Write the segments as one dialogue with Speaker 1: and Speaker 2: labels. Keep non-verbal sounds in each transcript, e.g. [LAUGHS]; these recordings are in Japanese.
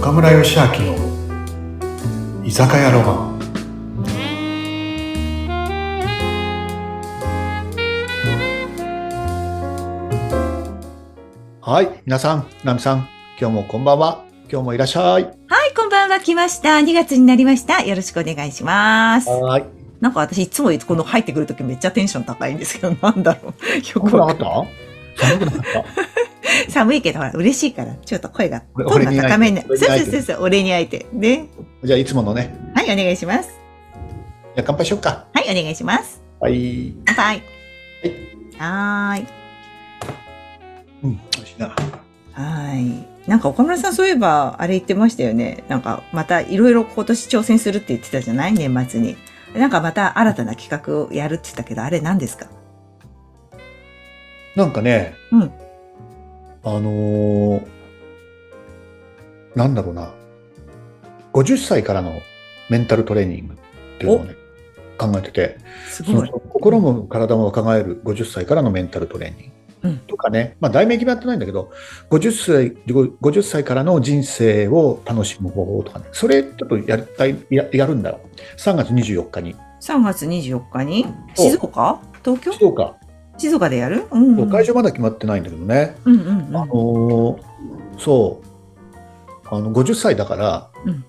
Speaker 1: 岡村義明の居酒屋ロマンはい皆さんナミさん今日もこんばんは今日もいらっしゃい
Speaker 2: はい、こんばんは。来ました。2月になりました。よろしくお願いします。
Speaker 1: はい
Speaker 2: なんか私、いつもこの入ってくるときめっちゃテンション高いんですけど、 [LAUGHS] なんだろう。よ
Speaker 1: 寒
Speaker 2: く
Speaker 1: くな
Speaker 2: わ
Speaker 1: か
Speaker 2: か
Speaker 1: っ
Speaker 2: ん
Speaker 1: た寒くなかった
Speaker 2: 寒いけど、ほら、嬉しいから、ちょっと声が、ト
Speaker 1: 俺
Speaker 2: ーンが
Speaker 1: 俺に
Speaker 2: 高めにな
Speaker 1: 俺に
Speaker 2: る。そう
Speaker 1: 相手
Speaker 2: そうそうそう、俺に相手。ね。
Speaker 1: じゃあいつものね
Speaker 2: はい、お願いします。
Speaker 1: じゃあ乾杯しよっか
Speaker 2: はい、お願いします。
Speaker 1: はい
Speaker 2: 乾杯。はーい。
Speaker 1: うん美味しいな
Speaker 2: はーい。なんか岡村さん、そういえば、あれ言ってましたよね。なんか、またいろいろ今年挑戦するって言ってたじゃない年末に。なんかまた新たな企画をやるって言ったけど、あれ何ですか
Speaker 1: なんかね、
Speaker 2: うん
Speaker 1: あのーなんだろうな、50歳からのメンタルトレーニングっていうのをね、考えてて、
Speaker 2: す
Speaker 1: そ
Speaker 2: ご
Speaker 1: の
Speaker 2: い。
Speaker 1: 心も体も若返る50歳からのメンタルトレーニング、
Speaker 2: うん
Speaker 1: とかね、まあ、題名決まってないんだけど50歳、50歳からの人生を楽しむ方法とかね、それちょっとやりたいややるんだよ、3月24日に、
Speaker 2: 3月24日に
Speaker 1: そう
Speaker 2: 静岡東京
Speaker 1: 静岡、
Speaker 2: 静岡でやるうん、うん、
Speaker 1: 会場まだ決まってないんだけどね。
Speaker 2: うんうん
Speaker 1: あのーそうあの50歳だから、
Speaker 2: うん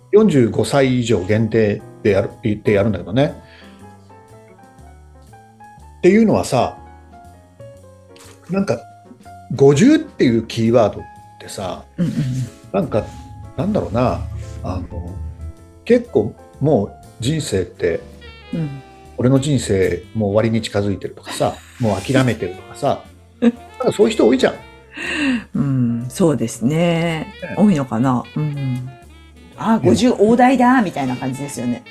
Speaker 1: 45歳以上限定でやる言ってやるんだけどね。っていうのはさなんか50っていうキーワードってさ
Speaker 2: うんうん
Speaker 1: なんかなんだろうなあの結構もう人生って
Speaker 2: うんうん
Speaker 1: 俺の人生もう終わりに近づいてるとかさもう諦めてるとか
Speaker 2: [LAUGHS]
Speaker 1: さなんかそういう人多いじゃん。
Speaker 2: うん、うん、そうですね
Speaker 1: ね
Speaker 2: 多いのかなうんあ50大台だみたいな感じですよね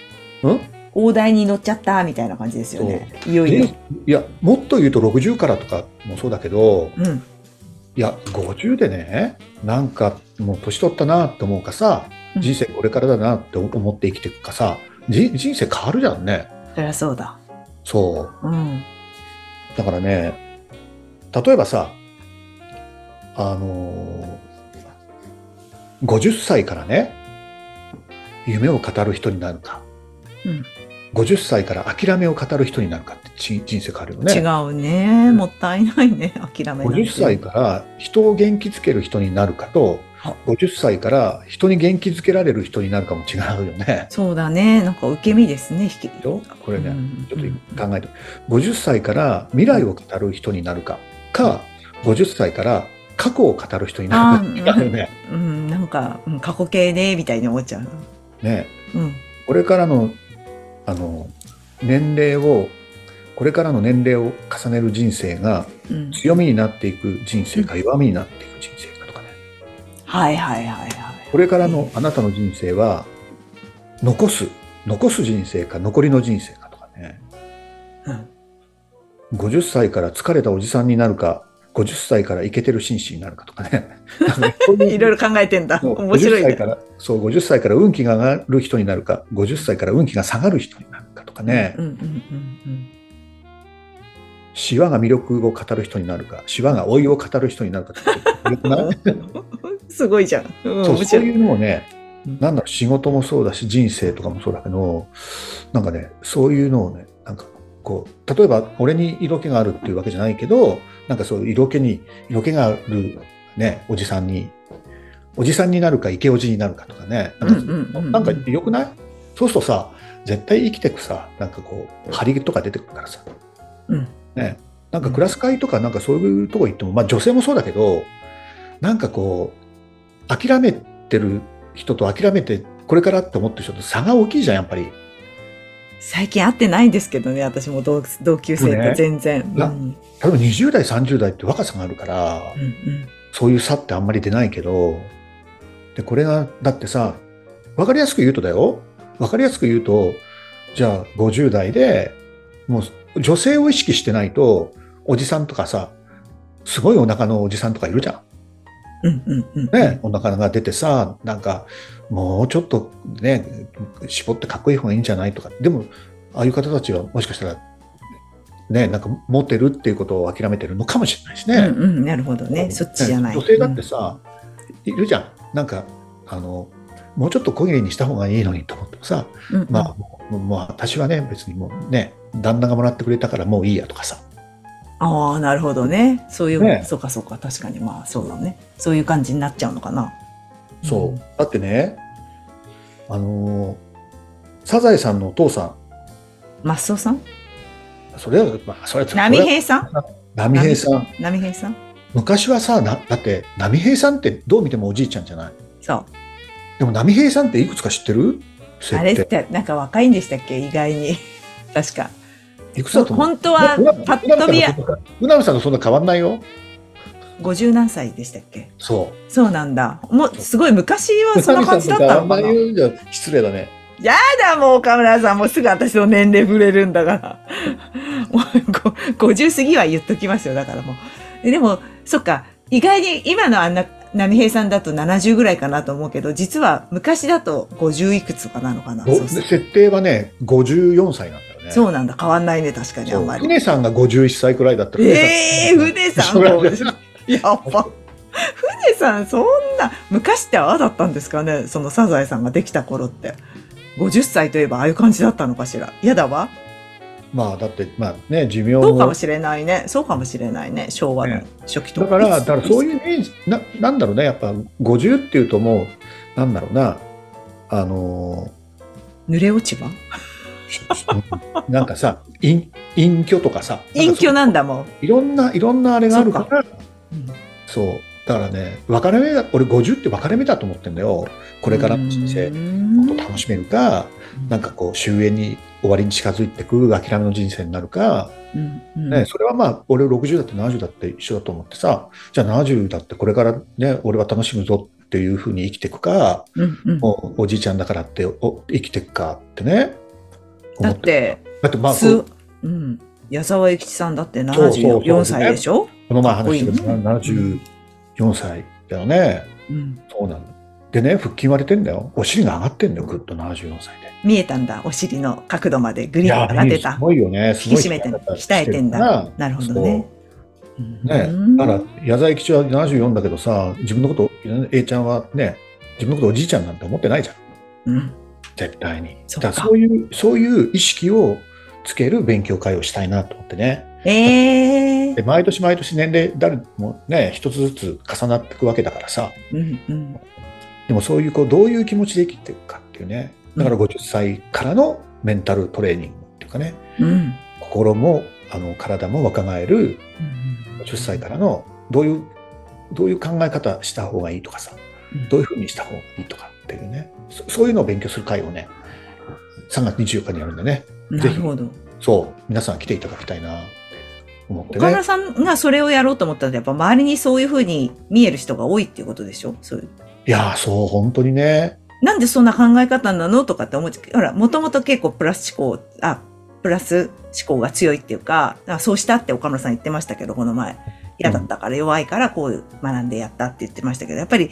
Speaker 1: うん
Speaker 2: 大台に乗っちゃったみたいな感じですよねいよいよ
Speaker 1: えいやもっと言うと60からとかもそうだけど
Speaker 2: うん
Speaker 1: いや50でねなんかもう年取ったなと思うかさ
Speaker 2: うん
Speaker 1: 人生これからだなって思って生きていくかさじ人生変わるじゃんね
Speaker 2: そりゃそうだ
Speaker 1: そ
Speaker 2: うん
Speaker 1: うだからね例えばさあのー50歳からね夢を語る人になるか
Speaker 2: うん、
Speaker 1: 50歳から諦めを語る人になるかってち人生変わるよね
Speaker 2: 違うねもったいないね諦めなんて
Speaker 1: 50歳から人を元気づける人になるかと
Speaker 2: は
Speaker 1: 50歳から人に元気づけられる人になるかも違うよね。
Speaker 2: そうだねなんか受け身ですね引き
Speaker 1: よこれね、
Speaker 2: うん
Speaker 1: ちょっと考えて50歳から未来を語る人になるかか50歳から過去を語る人になるか
Speaker 2: あー
Speaker 1: 違うよね。
Speaker 2: うん、なんか、うん、過去形ねみたいに思っちゃう
Speaker 1: ね
Speaker 2: うん
Speaker 1: これからのあの年齢をこれからの年齢を重ねる人生が
Speaker 2: うん
Speaker 1: 強みになっていく人生か弱みになっていく人生かとかね。
Speaker 2: はいはいはいはい。
Speaker 1: これからのあなたの人生は残す残す人生か残りの人生かとかね
Speaker 2: うん、
Speaker 1: 50歳から疲れたおじさんになるか50歳からイケてる紳士になるかとかね
Speaker 2: [LAUGHS] いろいろ考えてんだ。
Speaker 1: もう
Speaker 2: 面白
Speaker 1: 50
Speaker 2: い
Speaker 1: 歳
Speaker 2: ね
Speaker 1: か。らそう50歳から運気が上がる人になるか50歳から運気が下がる人になるかとかね、
Speaker 2: うんうんうん
Speaker 1: シワが魅力を語る人になるかシワが老いを語る人になるかとか
Speaker 2: [LAUGHS]
Speaker 1: よくない
Speaker 2: うん。すごいじゃん。うん、
Speaker 1: そう
Speaker 2: 面
Speaker 1: そう
Speaker 2: 白い。
Speaker 1: いうのをね
Speaker 2: うん、
Speaker 1: なんだろう、仕事もそうだし、人生とかもそうだけど、なんかね、そういうのをね、なんかこう、例えば俺に色気があるっていうわけじゃないけど、なんかそういう色気に、色気があるね、おじさんに、おじさんになるか、イケおじになるかとかね、なんか,、
Speaker 2: うんうんうんうん
Speaker 1: なんかよくないそうするとさ、絶対生きてくさ、なんかこう、張りとか出てくるからさ、
Speaker 2: うん
Speaker 1: ね、なんかクラス会とか、なんかそういうとこ行っても、まあ女性もそうだけど、なんかこう、諦めてる人と諦めてこれからって思ってる人と差が大きいじゃんやっぱり
Speaker 2: 最近会ってないんですけどね、私も同同級生と全然。うん
Speaker 1: な例えば20代30代って若さがあるから
Speaker 2: うんうん
Speaker 1: そういう差ってあんまり出ないけどでこれがだってさ分かりやすく言うとだよ分かりやすく言うとじゃあ50代でもう女性を意識してないとおじさんとかさすごいお腹のおじさんとかいるじゃん。
Speaker 2: うんうんうん。
Speaker 1: ね、お腹が出てさ、なんか、もうちょっとね、絞ってかっこいい方がいいんじゃないとか、でも、ああいう方たちはもしかしたら、ね、なんかモテるっていうことを諦めてるのかもしれないし
Speaker 2: う
Speaker 1: ね。
Speaker 2: んうん、なるほどね。そっちじゃない。
Speaker 1: 女性だってさ、いるじゃん。なんか、あの、もうちょっと小切れにした方がいいのにと思ってもさ、
Speaker 2: うんうん
Speaker 1: まあ、もうもう私はね、別にもうね、旦那がもらってくれたからもういいやとかさ、
Speaker 2: ああ、なるほどね。そういう、
Speaker 1: ね
Speaker 2: そうかそうか、確かに、まあ、そうだね。そういう感じになっちゃうのかな。
Speaker 1: そう。
Speaker 2: ん
Speaker 1: だってね、あのーサザエさんのお父さ
Speaker 2: マスオさん
Speaker 1: ん、それは、まあ、それは、
Speaker 2: 波
Speaker 1: それは
Speaker 2: 平さん
Speaker 1: 波平さん。
Speaker 2: 波平さん
Speaker 1: 昔はさな、だって、波平さんってどう見てもおじいちゃんじゃない。
Speaker 2: そう。
Speaker 1: でも波平さんっていくつか知ってる設
Speaker 2: あれっ
Speaker 1: 定。
Speaker 2: て、なんか若いんでしたっけ意外に。 [LAUGHS] 確か。
Speaker 1: いくつだと思う
Speaker 2: 本当は
Speaker 1: ねうな、
Speaker 2: パッと見や、
Speaker 1: うなみさんのそんな変わんないよ。
Speaker 2: 50何歳でしたっけ
Speaker 1: そ
Speaker 2: そうなんだ。もう、すごい昔
Speaker 1: う。
Speaker 2: はそんな感じだったのか
Speaker 1: うみ
Speaker 2: な。や
Speaker 1: さんと変わんないよじゃ失礼だね。
Speaker 2: だ、もう岡村さん、もうすぐ私の年齢触れるんだから。もうご50過ぎは言っときますよ、だからもう。えでも、そっか、意外に今のあんな、波平さんだと70ぐらいかなと思うけど、実は昔だと50いくつかなのかな。
Speaker 1: ご
Speaker 2: そうそう
Speaker 1: 設定はね、54歳なんだよね。
Speaker 2: そうなんだ、変わんないね、確かにあ
Speaker 1: そ
Speaker 2: ん
Speaker 1: う。
Speaker 2: まり。
Speaker 1: 船さんが51歳くらいだったらね
Speaker 2: ええ [LAUGHS] ー、船さん
Speaker 1: それ
Speaker 2: も
Speaker 1: は
Speaker 2: やっぱ。 [LAUGHS] 船さん、そんな、昔ってああだったんですかねそのサザエさんができた頃って。50歳といえばああいう感じだったのかしら嫌だわ。
Speaker 1: まあだってまあね寿命
Speaker 2: そうか
Speaker 1: も
Speaker 2: もしれないね。そうかもしれないね。昭和の初期と
Speaker 1: だからだからそういうイメージななんだろうねやっぱ50っていうともうなんだろうなあの
Speaker 2: 濡れ落ち葉
Speaker 1: ーうんなんかさ隠隠居とかさ
Speaker 2: 隠居
Speaker 1: なんか
Speaker 2: なんだもん。
Speaker 1: そういろんないろんなあれがあるから
Speaker 2: うん
Speaker 1: そうだからね分かれ目だ俺50って分かれ目だと思ってんだよこれからの人生
Speaker 2: う
Speaker 1: もっと
Speaker 2: ん
Speaker 1: 楽しめるかなんかこう終焉に終わりに近づいてく諦めの人生になるか
Speaker 2: うんうん
Speaker 1: ね、それはまあ俺60だって70だって一緒だと思ってさじゃあ70だってこれからね俺は楽しむぞっていうふうに生きていくか
Speaker 2: うんうん
Speaker 1: もうおじいちゃんだからってお生きていくかってね
Speaker 2: だって、
Speaker 1: だってまあ
Speaker 2: す
Speaker 1: こ
Speaker 2: うん、矢沢永吉さんだって
Speaker 1: そうそうそう
Speaker 2: 74歳でしょ
Speaker 1: の前話して
Speaker 2: かっこいい
Speaker 1: た74歳だよね
Speaker 2: うん
Speaker 1: そうなのでね腹筋割れてんだよお尻が上がってんだよぐっと74歳で
Speaker 2: 見えたんだお尻の角度までグリッと上がっ
Speaker 1: い
Speaker 2: て
Speaker 1: やす
Speaker 2: た
Speaker 1: ごいよねすごい
Speaker 2: 引き締めてんだ鍛えてんだ
Speaker 1: だ
Speaker 2: なるほどね
Speaker 1: ね
Speaker 2: うん
Speaker 1: だから矢沢永吉は74だけどさ自分のこと A ちゃんはね自分のことおじいちゃんなんて思ってないじゃん
Speaker 2: うん
Speaker 1: 絶対に
Speaker 2: そ
Speaker 1: そ
Speaker 2: っか
Speaker 1: だからそういうそういう意識をつける勉強会をしたいなと思ってね
Speaker 2: ええ
Speaker 1: で毎年毎年年齢誰もね一つずつ重なっていくわけだからさ
Speaker 2: うんうん
Speaker 1: でもそういうこうどういう気持ちで生きていくかっていうねだから50歳からのメンタルトレーニングっていうかね
Speaker 2: うん
Speaker 1: 心もあの体も若返る50歳からのどういうどういう考え方した方がいいとかさどういうふうにした方がいいとかっていうねそそういうのを勉強する会をね3月24日にやるんでね
Speaker 2: なるほど
Speaker 1: そう皆さん来ていただきたいなって思って
Speaker 2: 岡
Speaker 1: ね
Speaker 2: 村さんがそれをやろうと思ったのでやっぱ周りにそういうふうに見える人が多いっていうことでしょそういう
Speaker 1: いやーそう本当にね
Speaker 2: なんでそんな考え方なのとかって思っちゃう。ほら、もともと結構プラス思考、あ、プラス思考が強いっていうか、あそうしたって岡村さん言ってましたけど、この前。嫌だったから弱いからこう学んでやったって言ってましたけど、やっぱり、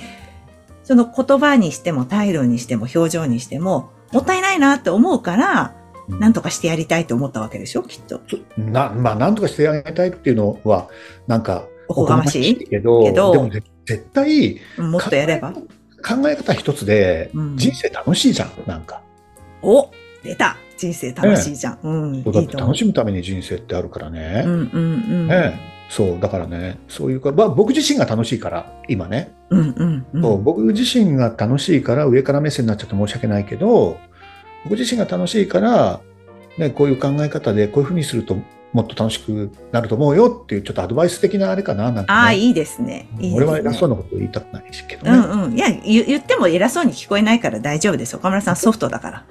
Speaker 2: その言葉にしても態度にしても表情にしても、もったいないなって思うから、なんとかしてやりたいと思ったわけでしょ、きっと。
Speaker 1: なまあなんとかしてあげたいっていうのはなんか
Speaker 2: おこがましい
Speaker 1: おけど
Speaker 2: けど
Speaker 1: でもぜ絶対
Speaker 2: もっとやれば
Speaker 1: 考。え方一つで
Speaker 2: うん
Speaker 1: 人生楽しいじゃんなんか
Speaker 2: お出た人生楽しいじゃん。うん、いい
Speaker 1: そうだって
Speaker 2: と思う
Speaker 1: 楽。しむために人生ってあるからね、
Speaker 2: うんうんうん。
Speaker 1: ねそうだからねそういうか、まあ、僕自身が楽しいから今ね
Speaker 2: うんうんうん。
Speaker 1: そう僕自身が楽しいから上から目線になっちゃって申し訳ないけど僕自身が楽しいから、ね、こういう考え方でこういうふうにするともっと楽しくなると思うよっていうちょっとアドバイス的なあれかななんかね、
Speaker 2: ああ、いいですね。いいですね
Speaker 1: 俺は偉そうなこと言いたくないしけどね、
Speaker 2: うんうん。いや、言言っても偉そうに聞こえないから大丈夫です。岡村さんソフトだから。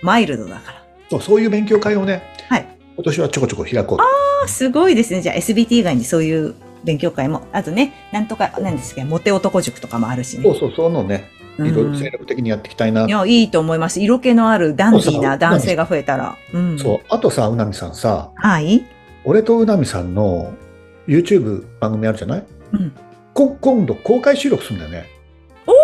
Speaker 2: マイルドだから。
Speaker 1: そうそういう勉強会をね、
Speaker 2: はい
Speaker 1: 今年はちょこちょこ開こうと
Speaker 2: あすごいですね。じゃあ SBT 以外にそういう勉強会も。あとね、なんとか、なんですけど、モテ男塾とかもあるしね。
Speaker 1: そうそうそういうのをねいろい
Speaker 2: うん
Speaker 1: ろ精力的にやっていきたいな、
Speaker 2: いや、いいと思います。色気のあるダンディーな男性が増えたら。うん。
Speaker 1: そうあとさうなみさんさ
Speaker 2: はい。
Speaker 1: 俺とうなみさんの YouTube 番組あるじゃない
Speaker 2: うん。
Speaker 1: こ今度公開収録するんだよね
Speaker 2: おー、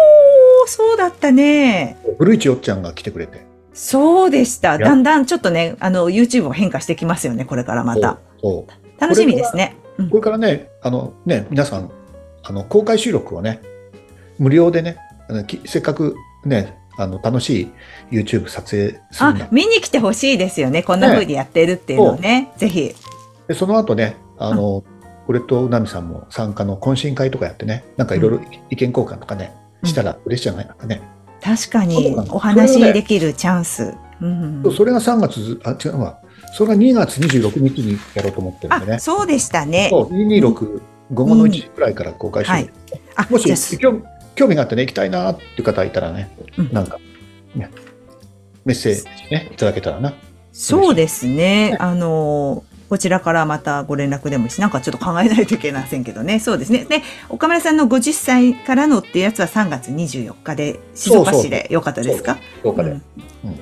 Speaker 2: そうだったね。
Speaker 1: 古市よっちゃんが来てくれて
Speaker 2: そうでした。
Speaker 1: いや
Speaker 2: だんだんちょっとね、あの、YouTube も変化してきますよね、これからまた。
Speaker 1: そうそう
Speaker 2: 楽しみですね。うん
Speaker 1: これからね、あのね、皆さん、あの公開収録をね、無料でね、あのきせっかくね、あの楽しい YouTube 撮影するん
Speaker 2: あ
Speaker 1: だ、
Speaker 2: 見に来てほしいですよね。こんな風にやってるっていうのね。ぜひ。
Speaker 1: でその後ね、あの、俺とうなみさんも参加の懇親会とかやってね、なんかいろいろ意見交換とかね、したら嬉しいじゃないなんかね。
Speaker 2: 確か
Speaker 1: そう
Speaker 2: に
Speaker 1: なの
Speaker 2: お話しできるチャンス。うん
Speaker 1: そうそれが3月、あ、違うわ。それが2月26日にやろうと思ってるんでね
Speaker 2: あ、。そうでしたね。
Speaker 1: そう、226、午後の1時くらいから公開してる、
Speaker 2: はいあ、
Speaker 1: も
Speaker 2: じゃあ
Speaker 1: し興味興味があってね、行きたいなーっていう方いたらね、
Speaker 2: うん
Speaker 1: なんか、ね、メッセージね、いただけたらな。
Speaker 2: そうですね。
Speaker 1: はい
Speaker 2: あのー、こちらからまたご連絡でもし、なんかちょっと考えないといけませんけどね。そうですね。で、岡村さんの50歳からのっていうやつは3月24日で、静岡市でよかったですか
Speaker 1: どうかで。
Speaker 2: うん
Speaker 1: うん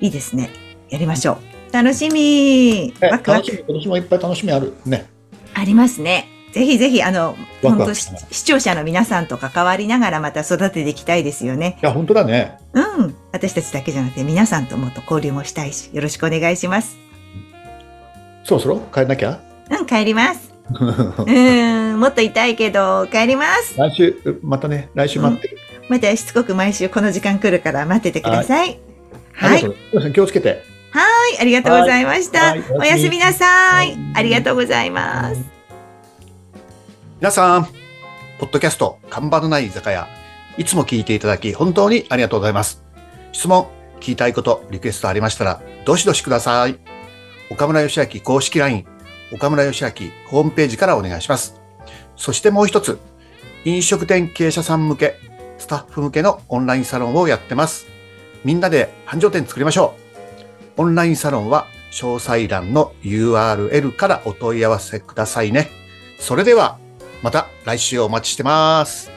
Speaker 2: いいですね。やりましょう。楽し
Speaker 1: ね
Speaker 2: みワクワ
Speaker 1: 楽し
Speaker 2: ク
Speaker 1: み、今年もいっぱい楽しみある。ね。
Speaker 2: ありますね。ぜひぜひ、あの、
Speaker 1: ワクワ
Speaker 2: 本当
Speaker 1: ク
Speaker 2: 視
Speaker 1: します
Speaker 2: 視聴者の皆さんと関わりながらまた育てていきたいですよね。
Speaker 1: いや、本当だね。
Speaker 2: うん。私たちだけじゃなくて皆さんともっと交流もしたいし、よろしくお願いします。
Speaker 1: そろそろ帰んなきゃ。 [LAUGHS]
Speaker 2: うん、帰ります。うーん、もっと痛いけど、帰ります。
Speaker 1: 来週、またね、来週待ってる。
Speaker 2: またしつこく毎週この時間来るから待っててください。
Speaker 1: あ
Speaker 2: は
Speaker 1: り
Speaker 2: い。
Speaker 1: が
Speaker 2: はい
Speaker 1: とうございます気をつけて。
Speaker 2: ありがとうございました
Speaker 1: はいはい。
Speaker 2: おやすみなさ
Speaker 1: はい
Speaker 2: い。ありがとうございます。
Speaker 1: 皆さん、ポッドキャスト、看板のない居酒屋、いつも聞いていただき、本当にありがとうございます。質問、聞きたいこと、リクエストありましたら、どしどしください。岡村義明公式 LINE、岡村義明ホームページからお願いします。そしてもう一つ、飲食店経営者さん向け、スタッフ向けのオンラインサロンをやってます。みんなで繁盛店作りましょう。オンラインサロンは、詳細欄の URL からお問い合わせくださいね。それでは、また来週お待ちしてます。